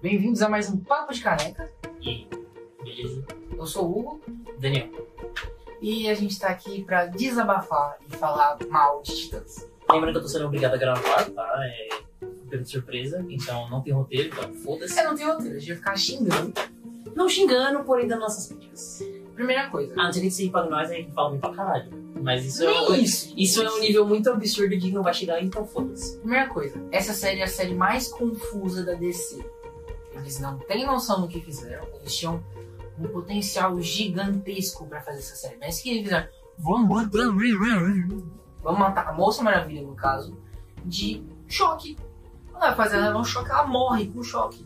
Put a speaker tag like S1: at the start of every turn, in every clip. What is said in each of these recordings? S1: Bem-vindos a mais um Papo de Careca.
S2: E beleza?
S1: Eu sou o Hugo
S2: Daniel.
S1: e a gente tá aqui pra desabafar e falar mal de titãs.
S2: Lembrando que eu tô sendo obrigado a gravar, tá? É pelo surpresa, então não tem roteiro, então foda-se.
S1: Você não tem roteiro, a gente vai ficar xingando.
S2: Não xingando, porém dando nossas críticas.
S1: Primeira coisa.
S2: A não ser que se paga nós, a gente fala muito pra caralho. Mas isso é,
S1: Nem
S2: um,
S1: isso.
S2: isso é um nível muito absurdo de não vai chegar, então foda-se.
S1: Primeira coisa, essa série é a série mais confusa da DC. Eles não têm noção do que fizeram, eles tinham um potencial gigantesco pra fazer essa série. Mas o que eles fizeram? Vamos matar- Vamos matar a Moça Maravilha, no caso, de choque. Não vai fazer ela levar um choque, ela morre com choque.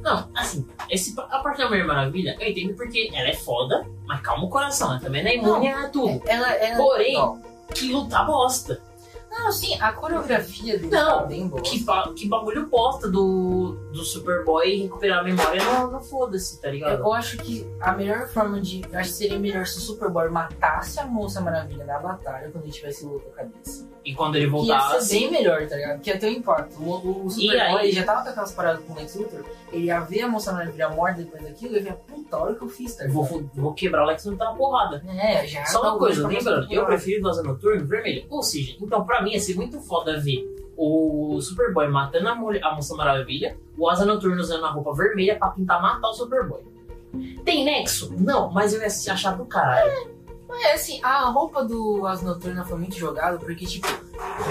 S2: Não, assim, esse, a parte da Mulher Maravilha, eu entendo porque ela é foda, mas calma o coração, ela também não é imune a tudo.
S1: Ela, ela
S2: Porém-
S1: Não,
S2: Que luta bosta.
S1: não assim, a coreografia dele
S2: Não.
S1: tá bem boa.
S2: Que, ba- que bagulho bosta do, do Superboy recuperar a memória não, não foda-se, tá
S1: Eu,
S2: ligado?
S1: eu acho que a melhor forma de. Eu acho que seria melhor se o Superboy matasse a Moça Maravilha na batalha quando ele tivesse louco a cabeça.
S2: E quando ele
S1: Que ia
S2: voltar,
S1: ser
S2: assim,
S1: bem melhor, tá ligado? Porque ia ter um impacto. O, o
S2: E
S1: Superboy
S2: aí?
S1: ele já tava com aquelas paradas com o Lex Luthor, ele ia ver a moça maravilha morta depois daquilo, ele ia ver, puta, olha o que eu fiz, tá
S2: eu vou,
S1: ligado?
S2: vou quebrar o Lex Luthor na porrada.
S1: É, já
S2: Só
S1: tá
S2: uma coisa,
S1: bom, tá
S2: lembrando,
S1: bom.
S2: eu prefiro Nossa Noturno vermelho. Ou seja, então pra mim ia ser muito foda ver o Superboy matando a, mulher, a Moça Maravilha, o Asa Noturno usando a roupa vermelha pra tentar matar o Superboy. Tem nexo? Não, mas eu ia se achar do caralho.
S1: É assim, a roupa do As Noturna foi muito jogada, porque, tipo,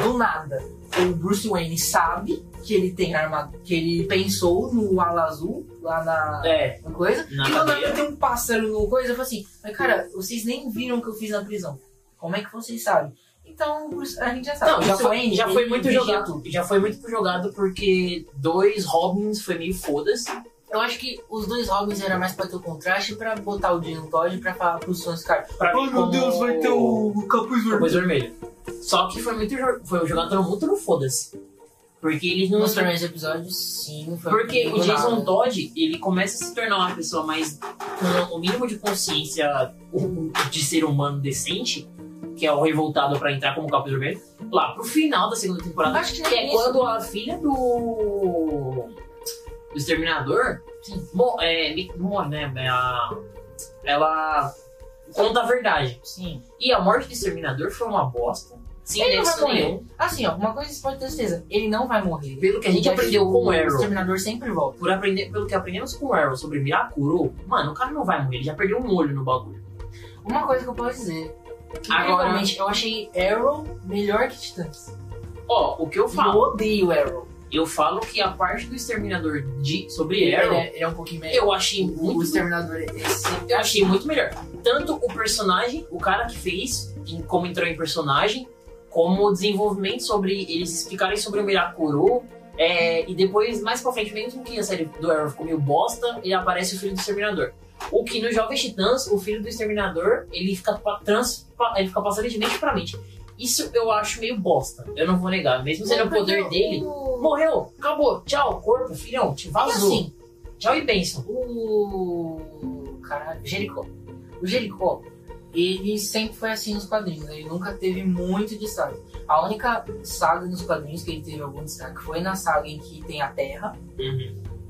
S1: do nada, o Bruce Wayne sabe que ele tem armadura, que ele pensou no ala azul, lá na.
S2: É,
S1: na Coisa,
S2: Na
S1: e quando
S2: cadeia.
S1: tem um pássaro no coisa, eu falo assim, mas cara, vocês nem viram o que eu fiz na prisão. Como é que vocês sabem? Então, Bruce- a gente já sabe.
S2: Não, já
S1: Bruce
S2: foi,
S1: Wayne,
S2: já foi
S1: ele
S2: muito
S1: vigia
S2: jogado. Já foi muito jogado porque dois Robins foi meio foda-se.
S1: Eu acho que os dois Robins era mais pra ter o contraste pra botar o Jim Todd pra falar pros fãs, cara.
S2: Pra mim, como-
S1: um capuz
S2: Capuz vermelho. Só que foi muito jo- foi jogado muito no foda-se. Porque eles não.
S1: Nos primeiros episódios, sim. Foi
S2: Porque o
S1: muito
S2: Jason
S1: nada.
S2: Todd, ele começa a se tornar uma pessoa mais com o mínimo de consciência de ser humano decente, que é o revoltado pra entrar como capuz vermelho, lá pro final da segunda temporada.
S1: Acho que
S2: Que é
S1: nem isso.
S2: quando a filha do. do Exterminador.
S1: Sim.
S2: mo- é, me- morre, né? Ela, ela conta a verdade.
S1: Sim.
S2: E a morte do Exterminador foi uma bosta. né, Sem
S1: Ele não vai
S2: nexo
S1: morrer.
S2: nenhum.
S1: Assim, ó, uma coisa que você pode ter certeza. Ele não vai morrer.
S2: Pelo que a gente
S1: Vai
S2: aprendeu
S1: ser
S2: com o
S1: O
S2: Arrow.
S1: Exterminador sempre volta.
S2: Por aprender, pelo que aprendemos com o Arrow sobre Mirakuro, mano, o cara não vai morrer. Ele já perdeu um olho no bagulho.
S1: Uma coisa que eu posso dizer.
S2: Agora-
S1: Realmente, eu achei Arrow melhor que Titãs.
S2: Ó, o que eu
S1: E Eu
S2: falo?
S1: odeio Arrow.
S2: Eu falo que a parte do Exterminador de, sobre
S1: Ele
S2: Arrow,
S1: é, ele é um pouquinho melhor.
S2: eu achei
S1: O
S2: muito
S1: Exterminador, é esse...
S2: eu achei muito melhor. Tanto o personagem, o cara que fez, em- como entrou em personagem, como o desenvolvimento sobre eles explicarem sobre o Mirakuru. é, e depois, mais pra frente, mesmo que a série do Arrow ficou meio bosta, ele aparece o filho do Exterminador. O que no Jovens Titãs, o filho do Exterminador, ele fica, pa- trans, pa- ele fica passando de mente pra mente. Isso eu acho meio bosta, eu não vou negar. Mesmo sendo o poder dele, morreu, acabou, tchau, corpo, filhão, te
S1: E
S2: vazou.
S1: assim,
S2: Tchau e benção.
S1: O. Caralho, Jericó. O Jericó, ele sempre foi assim nos quadrinhos, né? ele nunca teve muito destaque. A única saga nos quadrinhos que ele teve algum destaque foi na saga em que tem a Terra.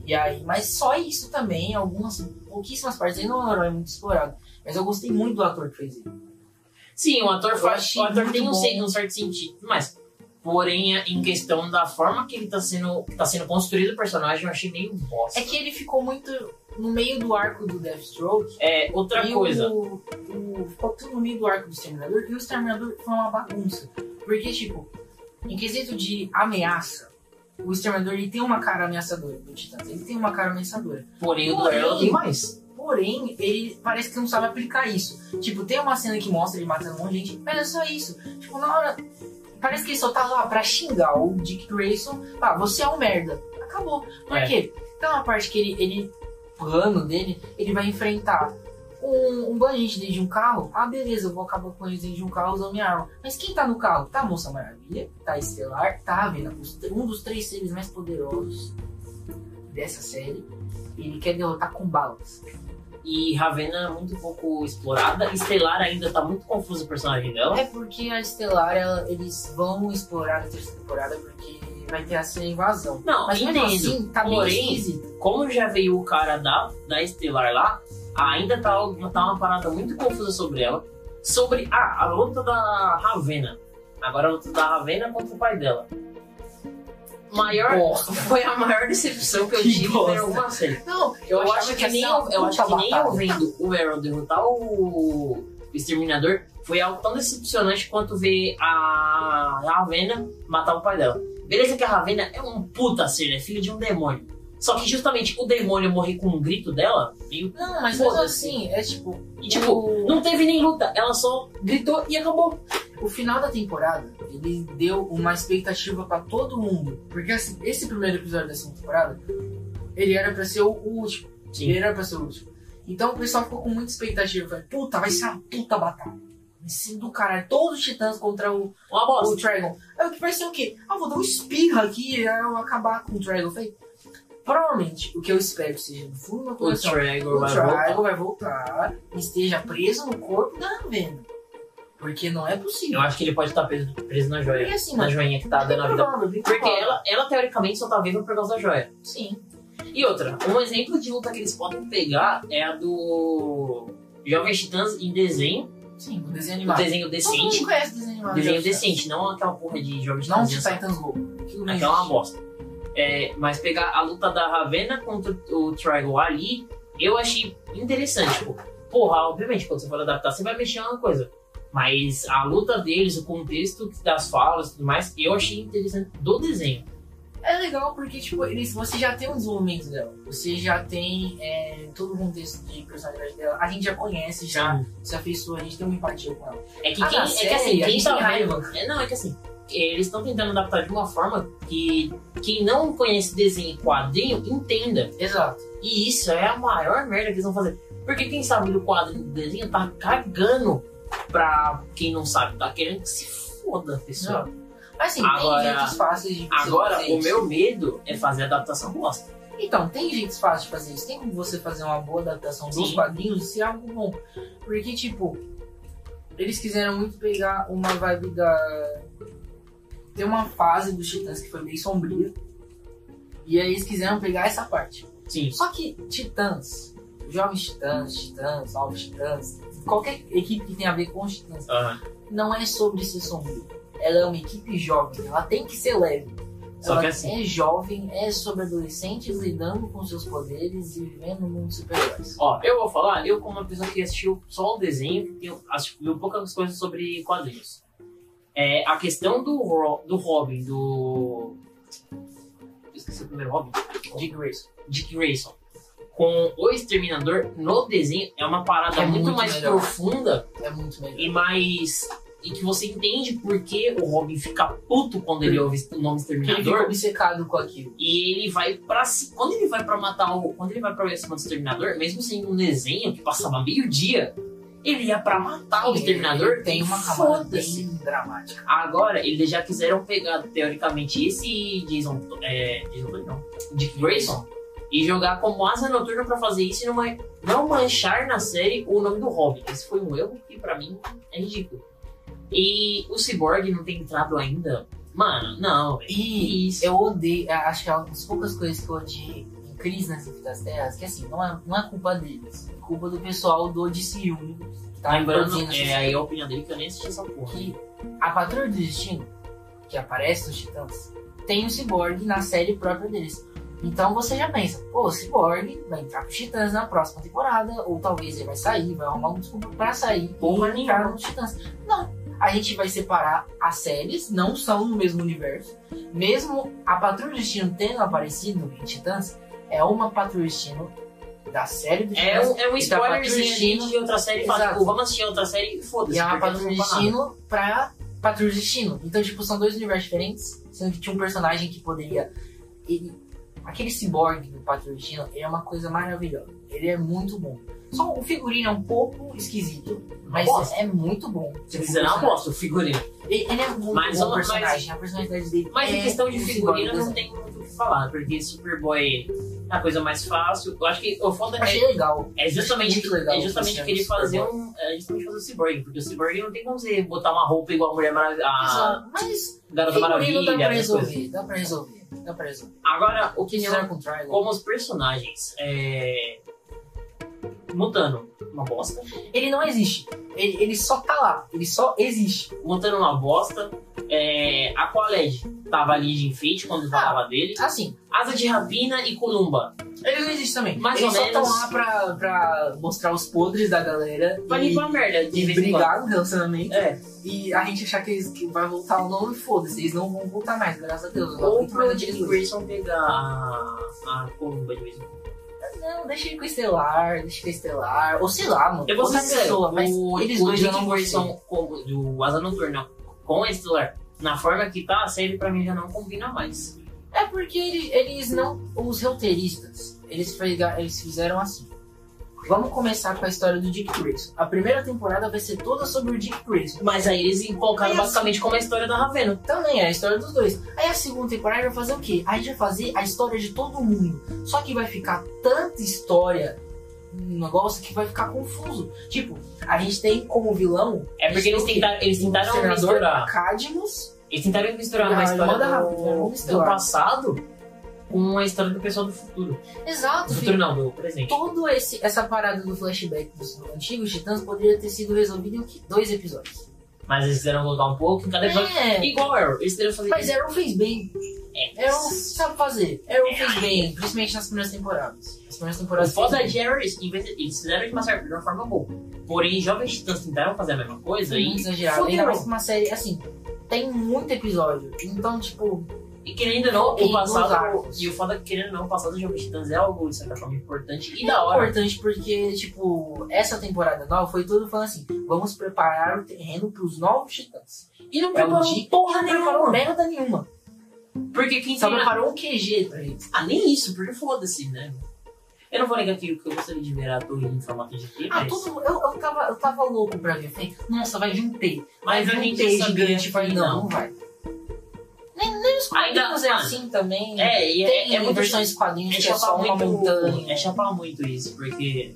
S1: E aí, mas só isso também, algumas pouquíssimas partes, ele não é um herói muito explorado. Mas eu gostei muito do ator que fez ele.
S2: Sim, o ator
S1: Eu
S2: faz.
S1: achei
S2: O ator
S1: muito
S2: tem um,
S1: bom.
S2: sen- um certo sentido, mas. Porém, a- em questão da forma que ele tá sendo, tá sendo construído o personagem, eu achei meio bosta.
S1: É que ele ficou muito no meio do arco do Deathstroke.
S2: É, outra
S1: e
S2: coisa.
S1: O, o, ficou tudo no meio do arco do Exterminador. E o Exterminador foi uma bagunça. Porque, tipo, em quesito de ameaça, o Exterminador ele tem uma cara ameaçadora do Titãs. Ele tem uma cara ameaçadora.
S2: Porém, o do
S1: Porém-
S2: Arrow tem mais.
S1: Porém, ele parece que não sabe aplicar isso. Tipo, tem uma cena que mostra ele matando um monte de gente, mas é só isso. Tipo, na hora. Parece que ele só tá lá pra xingar o Dick Grayson. Ah, você é um merda. Acabou. Por
S2: É.
S1: quê? Tem uma parte que ele, ele. plano dele, ele vai enfrentar um, um bando de gente dentro de um carro. Ah, beleza, eu vou acabar com eles dentro de um carro usando minha arma. Mas quem tá no carro? Tá a Moça Maravilha, tá a Estelar, tá a Venom, os- um dos três seres mais poderosos dessa série. Ele quer derrotar com balas.
S2: E Ravena é muito pouco explorada. Estelar ainda tá muito confusa o personagem dela.
S1: É porque a Estelar, ela- eles vão explorar na terceira temporada porque vai ter essa invasão.
S2: Não,
S1: Mas mesmo
S2: entendo.
S1: assim, tá bem
S2: Porém,
S1: esquisito.
S2: como já veio o cara da, da Estelar lá, ainda tá, tá uma parada muito confusa sobre ela. Sobre ah, a luta da Ravena. Agora a luta da Ravena contra o pai dela. Maior,
S1: Bosta.
S2: foi a maior decepção que eu
S1: Que
S2: tive
S1: bosta.
S2: em alguma série.
S1: Não,
S2: Eu, acho que, nem, eu, eu acho que nem eu vendo o Arrow derrotar o Exterminador foi algo tão decepcionante quanto ver a Ravena matar o pai dela. Beleza que a Ravena é um puta ser, é filha de um demônio. Só que justamente o demônio morrer com um grito dela, meio.
S1: Não, mas mesmo
S2: Foda-se.
S1: assim, é tipo,
S2: E tipo,
S1: o-
S2: não teve nem luta, ela só gritou e acabou.
S1: O final da temporada, ele deu uma expectativa pra todo mundo. Porque assim, esse primeiro episódio dessa temporada, ele era pra ser o último. Ele era pra ser o último. Então o pessoal ficou com muita expectativa. Falei, puta, vai ser uma puta batalha. Vai ser do caralho. Todos os titãs contra o,
S2: Uma
S1: o
S2: bosta.
S1: Dragon. Aí o que vai ser o quê? Ah, vou dar um espirra aqui e eu acabar com o Dragon. Eu Falei, provavelmente o que eu espero que seja no fundo do
S2: O
S1: coração.
S2: Trevor
S1: O
S2: vai voltar.
S1: Dragon vai voltar e esteja preso no corpo da Ravena. Porque não é possível.
S2: Eu acho que ele pode estar preso, preso na
S1: Porque
S2: joia.
S1: assim,
S2: Na
S1: mano,
S2: joinha que tá
S1: bem
S2: dando a vida.
S1: provável, bem
S2: Porque
S1: provável.
S2: ela, ela teoricamente só tá viva por causa da joia.
S1: Sim.
S2: E outra, um exemplo de luta que eles podem pegar é a do Jovens Titãs em desenho,
S1: Sim, um desenho
S2: um
S1: animado.
S2: desenho
S1: Todo mundo
S2: decente,
S1: conhece desenho animado.
S2: desenho
S1: de Ah, Jovens
S2: decente, não aquela porra de Jovens
S1: Titãs. Não de
S2: Titãs. em ação.
S1: Titans Go. Aquilo não
S2: Aquela é uma
S1: existe.
S2: bosta. É, mas pegar a luta da Ravena contra o Trigon ali, eu achei interessante. Tipo, porra, obviamente, quando você for adaptar, você vai mexer em uma coisa. Mas a luta deles, o contexto das falas e tudo mais, eu achei interessante do desenho.
S1: É legal porque, tipo, eles, você já tem um desenvolvimento dela. Você já tem é, todo o contexto de personalidade dela. A gente já conhece, já se afeiçoa, a gente tem uma empatia com ela.
S2: É que,
S1: Ah,
S2: quem,
S1: na
S2: é que
S1: série,
S2: assim,
S1: a
S2: quem
S1: gente
S2: tá
S1: tem
S2: vendo.
S1: raiva.
S2: É, não, é que assim, eles estão tentando adaptar de uma forma que quem não conhece desenho e quadrinho entenda.
S1: Exato.
S2: E isso é a maior merda que eles vão fazer. Porque quem sabe do quadrinho do desenho tá cagando pra quem não sabe, tá querendo que se foda a pessoa.
S1: Mas assim,
S2: Agora-
S1: tem jeitos fáceis de você
S2: Agora,
S1: fazer
S2: o
S1: isso.
S2: meu medo é fazer a adaptação bosta.
S1: Então, tem jeitos fáceis de fazer isso. Tem como você fazer uma boa adaptação dos
S2: Sim.
S1: quadrinhos e ser algo bom. Porque, tipo, eles quiseram muito pegar uma vibe da. Tem uma fase dos Titãs que foi meio sombria. E aí eles quiseram pegar essa parte.
S2: Sim.
S1: Só que Titãs, Jovens Titãs, Titãs, Novos Titãs, qualquer equipe que tenha a ver com os Titãs,
S2: Aham.
S1: não é sobre ser sombrio. Ela é uma equipe jovem, ela tem que ser leve.
S2: Só
S1: ela
S2: que assim-
S1: é jovem, é sobre adolescentes lidando com seus poderes e vivendo no mundo de super-heróis.
S2: Ó, eu vou falar, eu como uma pessoa que assistiu só o desenho, que eu assistiu poucas coisas sobre quadrinhos. É, a questão do, Ro- do Robin, do... Eu esqueci o primeiro Robin.
S1: Dick Grayson.
S2: Dick Grayson. Com o Exterminador, no desenho, é uma parada
S1: É
S2: muito,
S1: muito
S2: mais
S1: melhor.
S2: profunda
S1: É muito melhor.
S2: e mais... E que você entende por que o Robin fica puto quando ele ouve o nome
S1: Porque ele fica
S2: Exterminador.
S1: obcecado com aquilo.
S2: E ele vai pra cima. Quando ele vai pra matar o. Quando ele vai pra cima do exterminador, mesmo sendo um desenho que passava meio-dia, ele ia pra matar Ah, o exterminador.
S1: Ele tem uma camada
S2: Foda-se.
S1: bem dramática.
S2: Agora, eles já quiseram pegar, teoricamente, esse Jason. É, Jason Todd, não. Dick Grayson. E jogar como asa noturna pra fazer isso e não, man- não manchar na série o nome do Robin. Esse foi um erro que pra mim é ridículo. E o Cyborg não tem entrado ainda. Mano, não. velho.
S1: E
S2: isso.
S1: eu odeio, a- acho que é uma das poucas coisas que eu odiei em Cris nas das Terras, que assim, não é, não é culpa deles, é culpa do pessoal do DC Universe, que tá
S2: Lembrando,
S1: produzindo
S2: é, aí a opinião dele que eu nem assisti essa porra.
S1: que a Patrulha do Destino, que aparece nos Titãs, tem o Cyborg na série própria deles. Então você já pensa, pô, o Cyborg vai entrar pros Titãs na próxima temporada, ou talvez ele vai sair, vai arrumar um desculpa pra sair
S2: Porra
S1: e entrar nos Titãs. Não, a gente vai separar as séries, não são no mesmo universo. Mesmo a Patrulha do Destino tendo aparecido em Titãs, é uma Patrulha do Destino da série do
S2: É um, é um
S1: E da
S2: spoilerzinho
S1: Patrulha
S2: ali
S1: Destino.
S2: de outra série. Fala,
S1: Exato.
S2: tipo, vamos assistir outra série e foda-se.
S1: E é uma
S2: porque não
S1: patrulha de
S2: vou falar nada.
S1: destino pra patrulha de destino. Então, tipo, são dois universos diferentes, sendo que tinha um personagem que poderia. Ele... Aquele cyborg do Patrulha de Destino ele é uma coisa maravilhosa. Ele é muito bom. Só o figurino é um pouco esquisito, mas
S2: Bosta.
S1: é muito bom.
S2: Você precisa na aposta, o figurino.
S1: Ele ele é muito
S2: Mas
S1: bom
S2: uma
S1: personagem, a personalidade dele
S2: Mas
S1: é
S2: em questão de
S1: muito
S2: figurino,
S1: igual
S2: não
S1: ao
S2: tem muito o que falar, porque Superboy é a coisa mais fácil. Eu acho que o foda
S1: desenho.
S2: é,
S1: Achei legal.
S2: é justamente,
S1: muito legal assim,
S2: é justamente
S1: esse
S2: querer
S1: Superboy.
S2: fazer um. É justamente fazer o Cyborg, porque o Cyborg não tem como você botar uma roupa igual a Mulher Maravilha. A
S1: Exato. Mas
S2: Garota
S1: figurino dá
S2: Maravilha, né,
S1: pra
S2: essas coisas.
S1: resolver, dá pra resolver, dá pra resolver.
S2: Agora, o
S1: O que
S2: que
S1: fizeram com o Trigon?
S2: como os personagens. É... Mutano, uma bosta.
S1: Ele não existe. Ele, ele só tá lá, ele só existe.
S2: Mutano, uma bosta. É... Aqualed tava ali de enfeite
S1: Ah.
S2: quando falava dele.
S1: Assim,
S2: Asa de Rapina e Columba.
S1: ele não existe também.
S2: Mais
S1: Eles
S2: ou
S1: só
S2: menos.
S1: tão lá pra, pra mostrar os podres da galera
S2: Vai
S1: e,
S2: limpar a merda de
S1: e
S2: vez em quando.
S1: brigar no relacionamento.
S2: É.
S1: E a gente achar que, eles, que vai voltar o nome, foda-se, eles não vão voltar mais, graças a Deus. Eu gosto
S2: É, Ou
S1: muito mais
S2: pro
S1: daqueles
S2: Dick
S1: dois.
S2: Grayson pegar a, a Columba de vez em quando.
S1: Não, deixa ele com o Estelar, deixa com o Estelar. Ou sei lá, mano.
S2: Eu vou ser
S1: outra
S2: sincero,
S1: pessoa, mas
S2: o,
S1: eles
S2: o
S1: dois já
S2: Dick
S1: não gostam.
S2: Grayson com, do Asa Noturna com a Estelar, na forma que tá, a série pra mim já não combina mais.
S1: É porque ele- eles não. Os roteiristas, eles, pega- eles fizeram assim. Vamos começar com a história do Dick Grayson. A primeira temporada vai ser toda sobre o Dick Grayson.
S2: Mas aí eles colocaram
S1: Aí, assim,
S2: basicamente como a história da Ravena.
S1: Também é a história dos dois. Aí a segunda temporada vai fazer o quê? Aí vai fazer a história de todo mundo. Só que vai ficar tanta história um negócio que vai ficar confuso. Tipo, a gente tem como vilão
S2: É porque eles tentaram, eles
S1: o
S2: tentaram
S1: senador
S2: misturar.
S1: Cadmus.
S2: Eles tentaram misturar
S1: Ah,
S2: uma história
S1: manda rápido,
S2: do,
S1: vamos
S2: do
S1: misturar.
S2: passado com a história do pessoal do futuro.
S1: Exato,
S2: Do
S1: filho.
S2: futuro não, do presente.
S1: Toda essa parada do flashback dos antigos titãs poderia ter sido resolvida em o quê? dois episódios.
S2: Mas eles fizeram colocar um pouco em cada episódio.
S1: É,
S2: Igual Arrow, eles teriam fazer
S1: mas Arrow fez bem.
S2: É.
S1: Arrow sabe fazer. Arrow fez bem, principalmente nas primeiras temporadas. As primeiras
S2: O
S1: temporadas.
S2: foda
S1: fez
S2: de Arrow, eles eles fizeram de uma certa de uma forma boa. Porém, jovens titãs tentaram fazer a mesma coisa
S1: bem, muito
S2: e.
S1: exagerado.
S2: fudeu.
S1: Ainda mais que uma série, assim, tem muito episódio. Então, tipo,
S2: E querendo ou não,
S1: Tem
S2: o
S1: dois
S2: passado.
S1: arcos.
S2: E o foda é que querendo ou não, o passado dos jovens titãs é algo de certa forma importante e
S1: é
S2: da hora.
S1: importante porque, tipo, essa temporada nova foi tudo falando assim: vamos preparar o terreno pros novos titãs.
S2: E não
S1: É o
S2: preparou
S1: Dick
S2: porra
S1: Não preparou
S2: nenhuma.
S1: merda nenhuma.
S2: Porque quem
S1: Só
S2: tem
S1: preparou um QG pra eles.
S2: Ah, nem isso, porque foda-se, né? Eu não vou negar que o que eu gostaria de ver era a torre em formato de T,
S1: Ah,
S2: mas,
S1: todo mundo- eu, eu, tava, eu tava louco pra ver. Eu Falei, nossa, vai vir um T. Vai
S2: mas
S1: vir
S2: a
S1: um
S2: gente
S1: T
S2: sabia
S1: gigante.
S2: que
S1: Eu Falei, não, não vai. Nem, nem os
S2: Ainda-
S1: quadrinhos é
S2: ah,
S1: assim também.
S2: É, e é,
S1: Tem
S2: é muito
S1: versões quadrinhos
S2: é
S1: que é só
S2: chapar
S1: uma
S2: muito,
S1: montanha.
S2: é chapar muito isso, porque...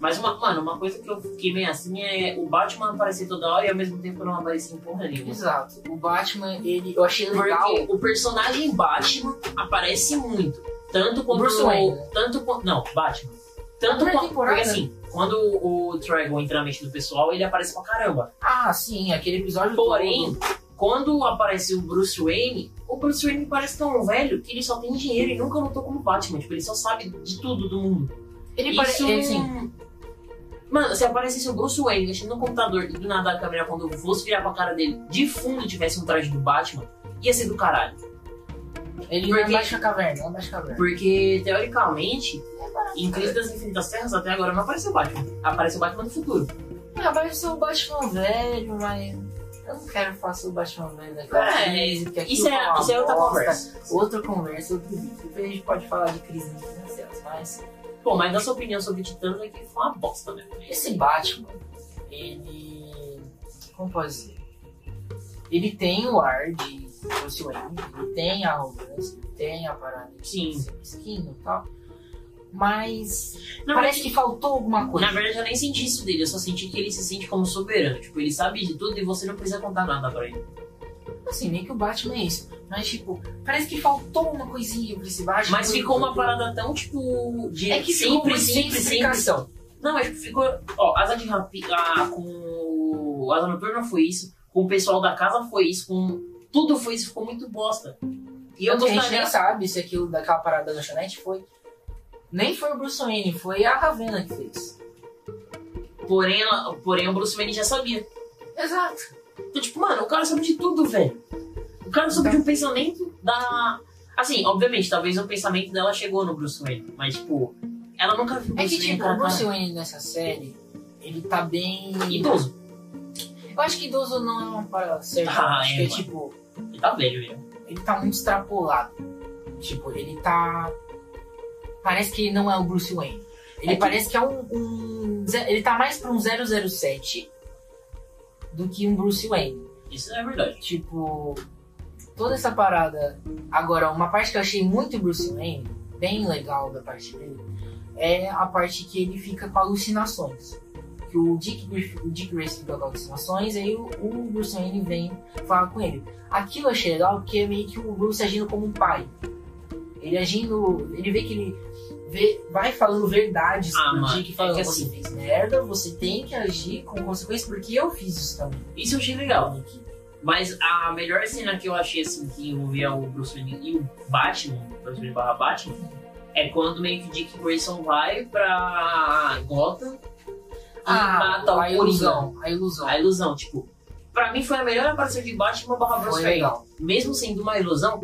S2: Mas, uma, mano, uma coisa que eu fiquei meio assim é o Batman aparecer toda hora e ao mesmo tempo não aparecer em porra nenhuma.
S1: Exato. um O Batman, ele, eu achei legal.
S2: Porque o personagem Batman aparece muito. Tanto quanto
S1: Bruce Wayne, né?
S2: Tanto quanto. Não, Batman. Tanto
S1: Primeira
S2: quanto.
S1: temporada.
S2: Porque assim, quando o Trigon entra na mente do pessoal, ele aparece pra caramba.
S1: Ah, sim, aquele episódio
S2: Porém,
S1: todo.
S2: quando aparece o Bruce Wayne, o Bruce Wayne parece tão velho que ele só tem dinheiro e nunca lutou como Batman. Tipo, ele só sabe de tudo do mundo.
S1: ele parece.
S2: Isso-
S1: ele, Assim,
S2: Mano, se aparecesse o Bruce Wayne mexendo no computador e do nada a câmera, quando eu fosse virar pra cara dele, de fundo tivesse um traje do Batman, ia ser do caralho.
S1: ele não é
S2: Porque-
S1: baixo da caverna, não é baixo da caverna.
S2: Porque, teoricamente, em Crise
S1: Inclusive,
S2: das Infinitas Terras, até agora não apareceu o Batman. Aparece o Batman do futuro.
S1: ah, vai ser o Batman velho, mas. Eu não quero fazer o Batman velho daquela
S2: É,
S1: crise, porque aquilo
S2: Isso é,
S1: uma
S2: isso é outra
S1: bosta.
S2: conversa.
S1: Outra conversa, outro vídeo. Depois a gente pode falar de crise financeiras, mas.
S2: Bom, mas na sua opinião sobre Titãs é que foi uma bosta mesmo.
S1: Esse Batman, ele. Como pode dizer? Ele tem o ar de Bruce Wayne, ele tem a arrogância, ele tem a parada de
S2: Sim.
S1: ser mesquinho e tal. Mas
S2: Na
S1: Parece
S2: verdade,
S1: que faltou alguma coisa.
S2: na verdade, eu nem senti isso dele. Eu só senti que ele se sente como soberano. Tipo, ele sabe de tudo e você não precisa contar nada pra ele.
S1: Assim, nem que o Batman é isso. Mas, tipo, parece que faltou uma coisinha pra esse Batman.
S2: Mas ficou uma parada tão, tipo, de
S1: É que
S2: sempre,
S1: ficou
S2: sempre, sempre.
S1: explicação.
S2: Não, mas ficou... Ó, Asa de Rapi... Ah, com... o Asa Noturna foi isso. Com o pessoal da casa foi isso. Com... Tudo foi isso. Ficou muito bosta. E eu
S1: Tanto que a gente
S2: gostaria...
S1: nem sabe se aquilo daquela parada da lanchonete foi. Nem foi o Bruce Wayne, foi a Ravena que fez.
S2: Porém, ela, porém o Bruce Wayne já sabia.
S1: Exato.
S2: Então, tipo, mano, o cara sabe de tudo, velho. O cara soube de um pensamento da. Assim, obviamente, talvez o pensamento dela chegou no Bruce Wayne, mas, tipo, ela nunca viu o
S1: É
S2: Bruce
S1: que, tipo,
S2: Wayne. um
S1: o Bruce
S2: cara,
S1: Wayne nessa série, ele tá bem.
S2: Idoso.
S1: Eu acho que idoso não é uma parada certa.
S2: Ah,
S1: acho
S2: é,
S1: que é,
S2: mano.
S1: tipo,
S2: Ele tá velho, velho.
S1: ele tá muito extrapolado. Tipo, ele tá. Parece que ele não é o Bruce Wayne. Ele
S2: É que-
S1: parece que é um, um ze- Ele tá mais pra um 007 do que um Bruce Wayne.
S2: Isso é verdade.
S1: Tipo, toda essa parada. Agora, uma parte que eu achei muito Bruce Wayne, bem legal da parte dele, é a parte que ele fica com alucinações. Que o Dick, Griff- o Dick Grayson fica com alucinações, aí o, o Bruce Wayne vem falar com ele. Aquilo eu achei legal porque é meio que o Bruce agindo como um pai. Ele agindo. Ele vê que ele. vê- vai falando verdades
S2: Ah,
S1: pro
S2: mano,
S1: Dick,
S2: é
S1: falando
S2: que
S1: você
S2: assim-
S1: fez merda, você tem que agir com consequência, porque eu fiz isso também.
S2: Isso eu achei legal. Mas a melhor cena que eu achei, assim, que envolvia o Bruce Wayne e o Batman, Bruce Wayne barra Batman, é quando meio que Dick Grayson vai pra Gotham e mata o
S1: Ah, a
S2: Coringão.
S1: ilusão, a ilusão.
S2: A ilusão, tipo, pra mim foi a melhor aparição de Batman barra Bruce
S1: Foi
S2: Wayne.
S1: legal.
S2: Mesmo sendo uma ilusão,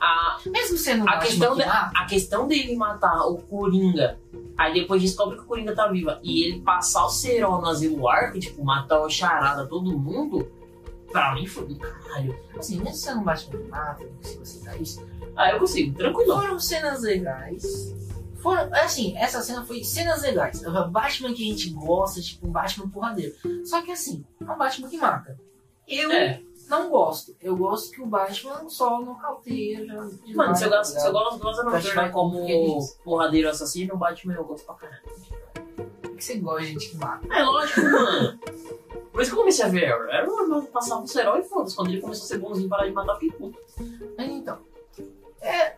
S2: a,
S1: Mesmo sendo
S2: a, questão,
S1: de...
S2: de- a questão dele matar o Coringa, aí depois descobre que o Coringa tá viva, e ele passar o serol no Asilo Arco, tipo, matar o Charada, todo mundo, pra mim foi do caralho.
S1: assim, mesmo sendo Batman de mata, não sei se você tá isso.
S2: Aí eu consigo, tranquilo.
S1: Foram cenas legais. Foram, assim, essa cena foi cenas legais. É o Batman que a gente gosta, tipo, um Batman porradeiro. Só que assim, é um Batman que mata. Eu
S2: É,
S1: não gosto. Eu gosto que o Batman só nocauteia. Já,
S2: mano, se eu
S1: demais, tá
S2: gosto, se eu gosto do Asa
S1: Batman
S2: Noturna
S1: porque é
S2: como
S1: isso.
S2: porradeiro assassino, o Batman eu gosto pra caralho.
S1: Por que você gosta de gente que mata?
S2: É lógico, mano. Por isso que eu comecei a ver Arrow. Arrow eu não passava o serol e foda-se. Quando ele começou a ser bonzinho, parar de matar, eu fiquei puto.
S1: Mas então, é,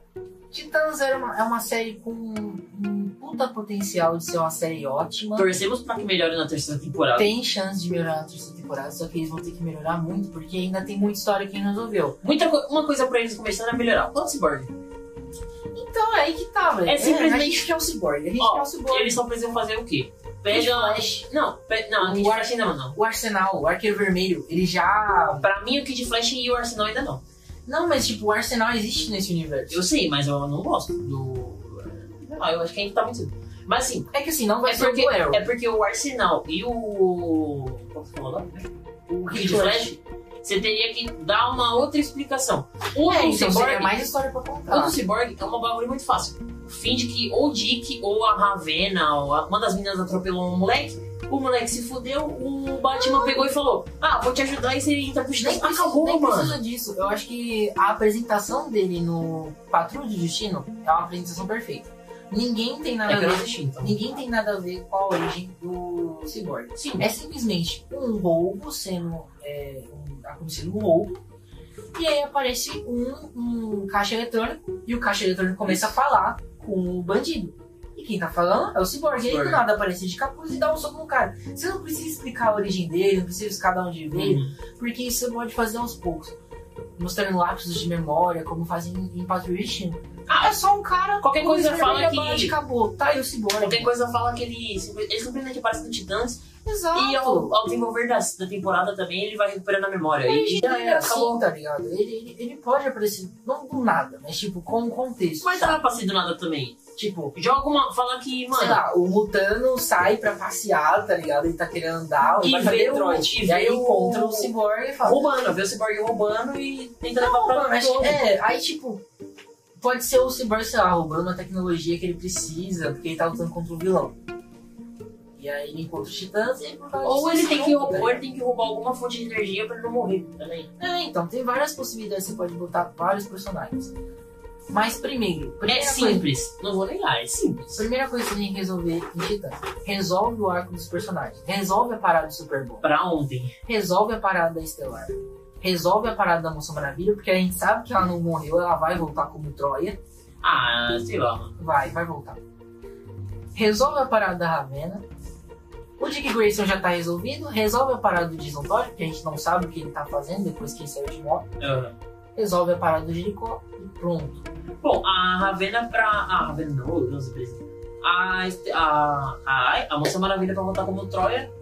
S1: Titãs era uma, é uma série com um puta potencial de ser uma série ótima.
S2: Torcemos pra que melhore na terceira temporada.
S1: tem chance de melhorar na terceira temporada, só que eles vão ter que melhorar muito, porque ainda tem muita história que não resolveu.
S2: Muita co- uma coisa pra eles começarem a melhorar. Plot Cyborg.
S1: Então é aí que tá, velho.
S2: É simplesmente-
S1: a gente quer um ciborgue, a gente
S2: Ó,
S1: quer um ciborgue.
S2: Eles só precisam fazer o quê? Pega. Não, pe... não, a Kid
S1: O
S2: Flash ainda não.
S1: O Arsenal, o Arqueiro Vermelho, ele já...
S2: Pra mim, o Kid Flash e o Arsenal ainda não.
S1: Não, mas tipo, o Arsenal existe nesse universo.
S2: Eu sei, mas eu não gosto do. Ah, eu acho que ainda tá muito. Mas assim,
S1: É que assim, não vai
S2: é
S1: ser
S2: porque,
S1: o Arrow.
S2: é porque o Arsenal e o. Como você falou agora? O Kid
S1: Kid Flash.
S2: Flash, você teria que dar uma outra explicação. Um O
S1: É,
S2: do
S1: então
S2: Cyborg-
S1: seria mais história pra
S2: O do
S1: contar.
S2: Cyborg é uma bagulho muito fácil. Finge que ou o Dick ou a Ravena, ou a- uma das meninas atropelou um moleque, o moleque se fudeu, o Batman pegou e falou: Ah, vou te ajudar e você entra pro
S1: Nem
S2: Titãs.
S1: precisa,
S2: Acabou,
S1: nem
S2: mano.
S1: precisa disso. Eu acho que a apresentação dele no Patrulho do Destino é uma apresentação perfeita. Ninguém tem nada
S2: É
S1: a
S2: que eu não
S1: ver.
S2: assisti, então.
S1: Ninguém tem nada a ver com a origem do Cyborg.
S2: Sim,
S1: É simplesmente um roubo sendo é, um, acontecendo um roubo. E aí aparece um, um caixa eletrônico e o caixa eletrônico começa a falar com o bandido. E quem tá falando é o Cyborg. E aí do
S2: Cyborg.
S1: nada aparece de capuz e dá um soco no cara. Você não precisa explicar a origem dele, não precisa explicar de onde ele veio,
S2: Uhum.
S1: porque isso você pode fazer aos poucos. Mostrando lapsos de memória, como fazem em Patrulho Destino.
S2: Ah,
S1: é só um cara.
S2: qualquer
S1: com luz
S2: coisa fala
S1: vermelha,
S2: que-
S1: bate, acabou. Tá, e o Cyborg.
S2: Qualquer coisa fala que ele, simp- ele simplesmente aparece no Titãs
S1: Exato.
S2: e ao, ao desenvolver da, da temporada também ele vai recuperando a memória. E,
S1: Ele
S2: já
S1: é
S2: era, acabou.
S1: assim, tá ligado? Ele, ele, ele pode aparecer, não do nada, mas tipo, com um contexto.
S2: Mas dá pra ser do nada também.
S1: Tipo,
S2: Joga uma. Fala que, mano.
S1: sei lá, o Mutano sai pra passear, tá ligado? Ele tá querendo andar, ele
S2: E
S1: vai pra
S2: vê o-
S1: Detroit.
S2: e
S1: E, aí
S2: vê o-
S1: encontra o Cyborg e fala.
S2: Roubando, vê o Cyborg roubando e tenta levar pra um
S1: "Opa, mas
S2: todo.
S1: é, aí tipo, pode ser o Cyborg, sei lá, roubando uma tecnologia que ele precisa, porque ele tá lutando contra o vilão. E aí ele encontra os titãs e por causa
S2: Ou
S1: disso
S2: ele, tem que
S1: junta,
S2: roubar,
S1: né?
S2: ou ele tem que roubar alguma fonte de energia pra ele não morrer tá também.
S1: É, então, tem várias possibilidades, você pode botar vários personagens. Mas primeiro,
S2: É
S1: primeira coisa
S2: simples. Não vou negar, é simples.
S1: Primeira coisa que você tem que resolver em Titãs. Resolve o arco dos personagens. Resolve a parada do Super Bowl.
S2: Pra ontem.
S1: Resolve a parada da Estelar. Resolve a parada da Moça Maravilha, porque a gente sabe que ela não morreu, ela vai voltar como Troia.
S2: Ah, sei lá, mano.
S1: Vai, vai voltar. Resolve a parada da Ravena. O Dick Grayson já tá resolvido. Resolve a parada do Jason Todd, porque a gente não sabe o que ele tá fazendo depois que ele saiu de moto.
S2: Ah,
S1: Resolve a parada do Jericó e pronto.
S2: Bom, a Ravena pra. A Ravena não, não se precisa. A, este- a, a, a Moça Maravilha pra voltar como Troia.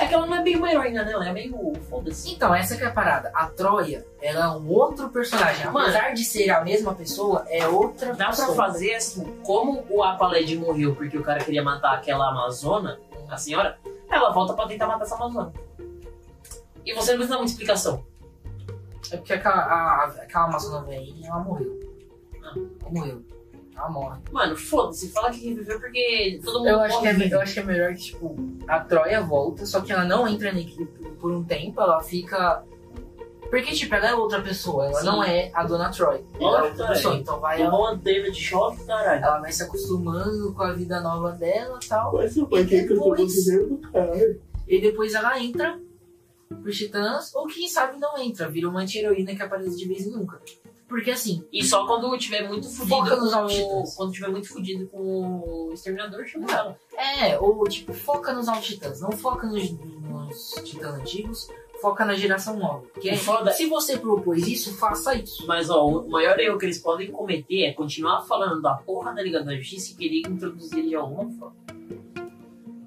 S2: É que ela não é bem uma heroína, né? Ela é meio. Foda-se.
S1: Então, essa que é a parada. A Troia, ela é um outro personagem.
S2: Mano.
S1: Apesar de ser a mesma pessoa, é outra
S2: Dá pra
S1: pessoa.
S2: fazer assim, como o Apaled morreu porque o cara queria matar aquela Amazona, a senhora, ela volta pra tentar matar essa Amazona. E você não precisa dar muita explicação.
S1: É porque aquela, a, a- aquela Amazona velhinha, ela morreu.
S2: Ah.
S1: Ela morreu. Ela morre.
S2: Mano, foda-se, fala que reviveu porque todo mundo
S1: Eu acho, que
S2: morre.
S1: é, me- eu acho que é melhor que, tipo, a Troia volta, só que ela não entra na equipe por um tempo, ela fica. Porque, tipo, ela é outra pessoa, ela
S2: Sim.
S1: não é a dona Troy. Ela é
S2: Lógico,
S1: outra
S2: cara.
S1: pessoa, então vai
S2: Tomou
S1: ela,
S2: uma teve de choque, caralho.
S1: ela vai se acostumando com a vida nova dela e tal.
S3: Mas o que eu tô
S1: depois?
S3: conseguindo, caralho.
S1: E depois ela entra pros titãs, ou quem sabe não entra, vira uma anti-heroína que aparece de vez em nunca. Porque assim,
S2: E só quando tiver muito fudido.
S1: Foca nos
S2: com- tipo,
S1: Novos Titãs.
S2: Quando tiver muito fudido com o exterminador, chama ela.
S1: é, ou tipo, foca nos novos titãs, não foca nos, nos titãs antigos, foca na geração nova. Porque
S2: O foda-
S1: se você propôs isso, faça isso.
S2: Mas ó, o maior erro que eles podem cometer é continuar falando da porra da Liga da Justiça e querer introduzir ele de alguma forma.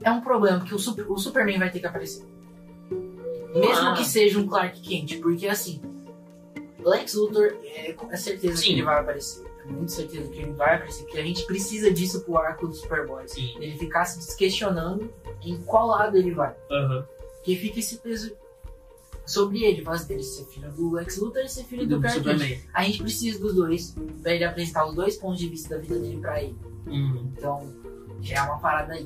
S1: É um problema, porque o, Sup- o Superman vai ter que aparecer. Mesmo
S2: Ah.
S1: que seja um Clark Kent, porque assim, Lex Luthor é, é certeza
S2: Sim.
S1: que ele vai aparecer. É muito certeza que ele vai aparecer, porque a gente precisa disso pro arco do Superboy.
S2: Sim.
S1: Ele ficar se questionando em qual lado ele vai. Porque fica esse peso sobre ele, faz dele ser filho do Lex Luthor e ser filho do, Clark Kent. A gente precisa dos dois, pra ele apresentar os dois pontos de vista da vida dele pra ele.
S2: Hum.
S1: Então, já é uma parada aí.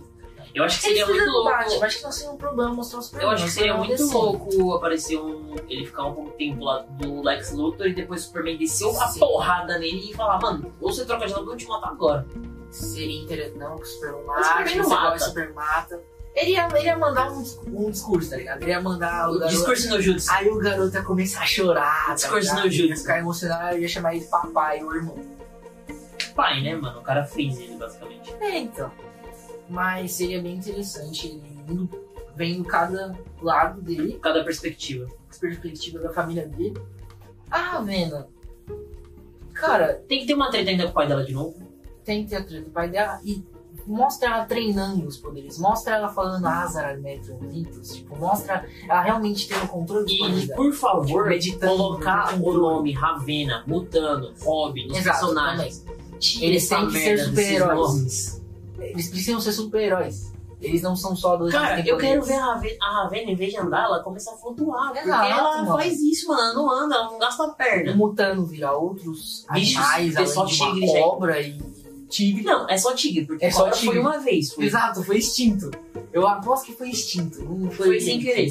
S2: Eu acho que seria
S1: Eles
S2: muito
S1: fizeram
S2: louco.
S1: Batman, acho que não seria um problema mostrar os
S2: Eu
S1: problemas. né?
S2: acho que seria
S1: não assim.
S2: muito
S1: descer.
S2: louco aparecer um. ele ficar um pouco tempo lá do Lex Luthor e depois o Superman desceu a
S1: Sim.
S2: porrada nele e falar, mano, ou você troca de lado ou eu te matar agora.
S1: Seria interessante. Não, que o Superman
S2: O
S1: mata.
S2: Superman não mata.
S1: O Superman mata. Ele ia, ele ia mandar um, discu- um discurso, tá ligado? Ele ia mandar o garoto.
S2: Um Discurso no Jutsu.
S1: Aí o garoto ia começar a chorar. tá
S2: Discurso
S1: ligado?
S2: nojento.
S1: Ele Ia ficar emocionado, eu ia chamar ele de papai ou irmão.
S2: Pai, né, mano? O cara fez ele, basicamente.
S1: É, então. Mas seria bem interessante ele indo, vendo cada lado dele,
S2: Cada perspectiva.
S1: as perspectivas da família dele. Ah, Vena. Cara,
S2: Tem que ter uma treta ainda com o pai dela de novo.
S1: tem que ter a treta do pai dela e mostra ela treinando os poderes, mostra ela falando Azar, Metro, Litos, tipo, mostra ela realmente tendo controle dos poderes
S2: E,
S1: dela.
S2: por favor,
S1: Meditando,
S2: colocar
S1: meditando.
S2: o nome Ravena, Mutano, Robin nos
S1: Exato,
S2: personagens. Tira
S1: Eles
S2: essa
S1: têm que ser
S2: merda desses
S1: super-heróis.
S2: nomes.
S1: Eles precisam ser super-heróis. Eles não são só dois
S2: Cara, eu quero ver a Ravena, a Ravena, em vez de andar, ela começa a flutuar. Porque
S1: Exato,
S2: ela
S1: mano.
S2: faz isso, mano. Ela não anda, ela não gasta a perna.
S1: Um mutando virar outros
S2: Bichos,
S1: animais, além de
S2: pessoal
S1: uma
S2: tigre, gente.
S1: cobra e tigre.
S2: Não, é só tigre, porque
S1: É só
S2: cobra foi
S1: tigre.
S2: uma vez. Foi,
S1: Exato, foi extinto. Eu aposto que foi extinto. Não foi,
S2: foi sem querer.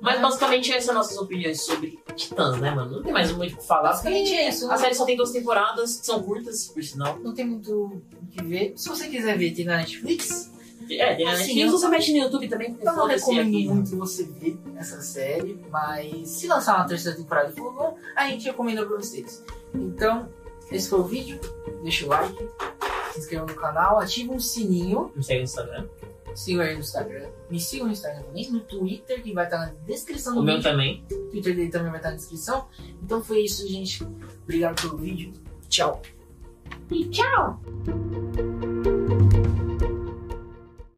S2: Mas basicamente essas são nossas opiniões sobre Titãs, né, mano? Não tem mais muito o que falar. porque
S1: Basicamente é isso.
S2: A
S1: Não,
S2: série só tem duas temporadas, que são curtas, por sinal.
S1: não tem muito o que ver. Se você quiser ver, tem na Netflix.
S2: É, tem na
S1: Assim,
S2: Netflix,
S1: eu-
S2: você mete no YouTube também, porque
S1: Eu não
S2: foda-se é
S1: recomendo
S2: aqui.
S1: muito você ver essa série, mas se lançar uma terceira temporada por favor, a gente recomenda pra vocês. Então, esse foi o vídeo. Deixa o like, se inscreva no canal, ativa o sininho,
S2: Me segue no Instagram.
S1: siga aí no Instagram, me siga no Instagram também, no Twitter, que vai estar na descrição
S2: O
S1: do
S2: meu tá-
S1: vídeo.
S2: também.
S1: O Twitter dele também vai estar na descrição. Então foi isso, gente. Obrigado pelo vídeo. Tchau. E tchau!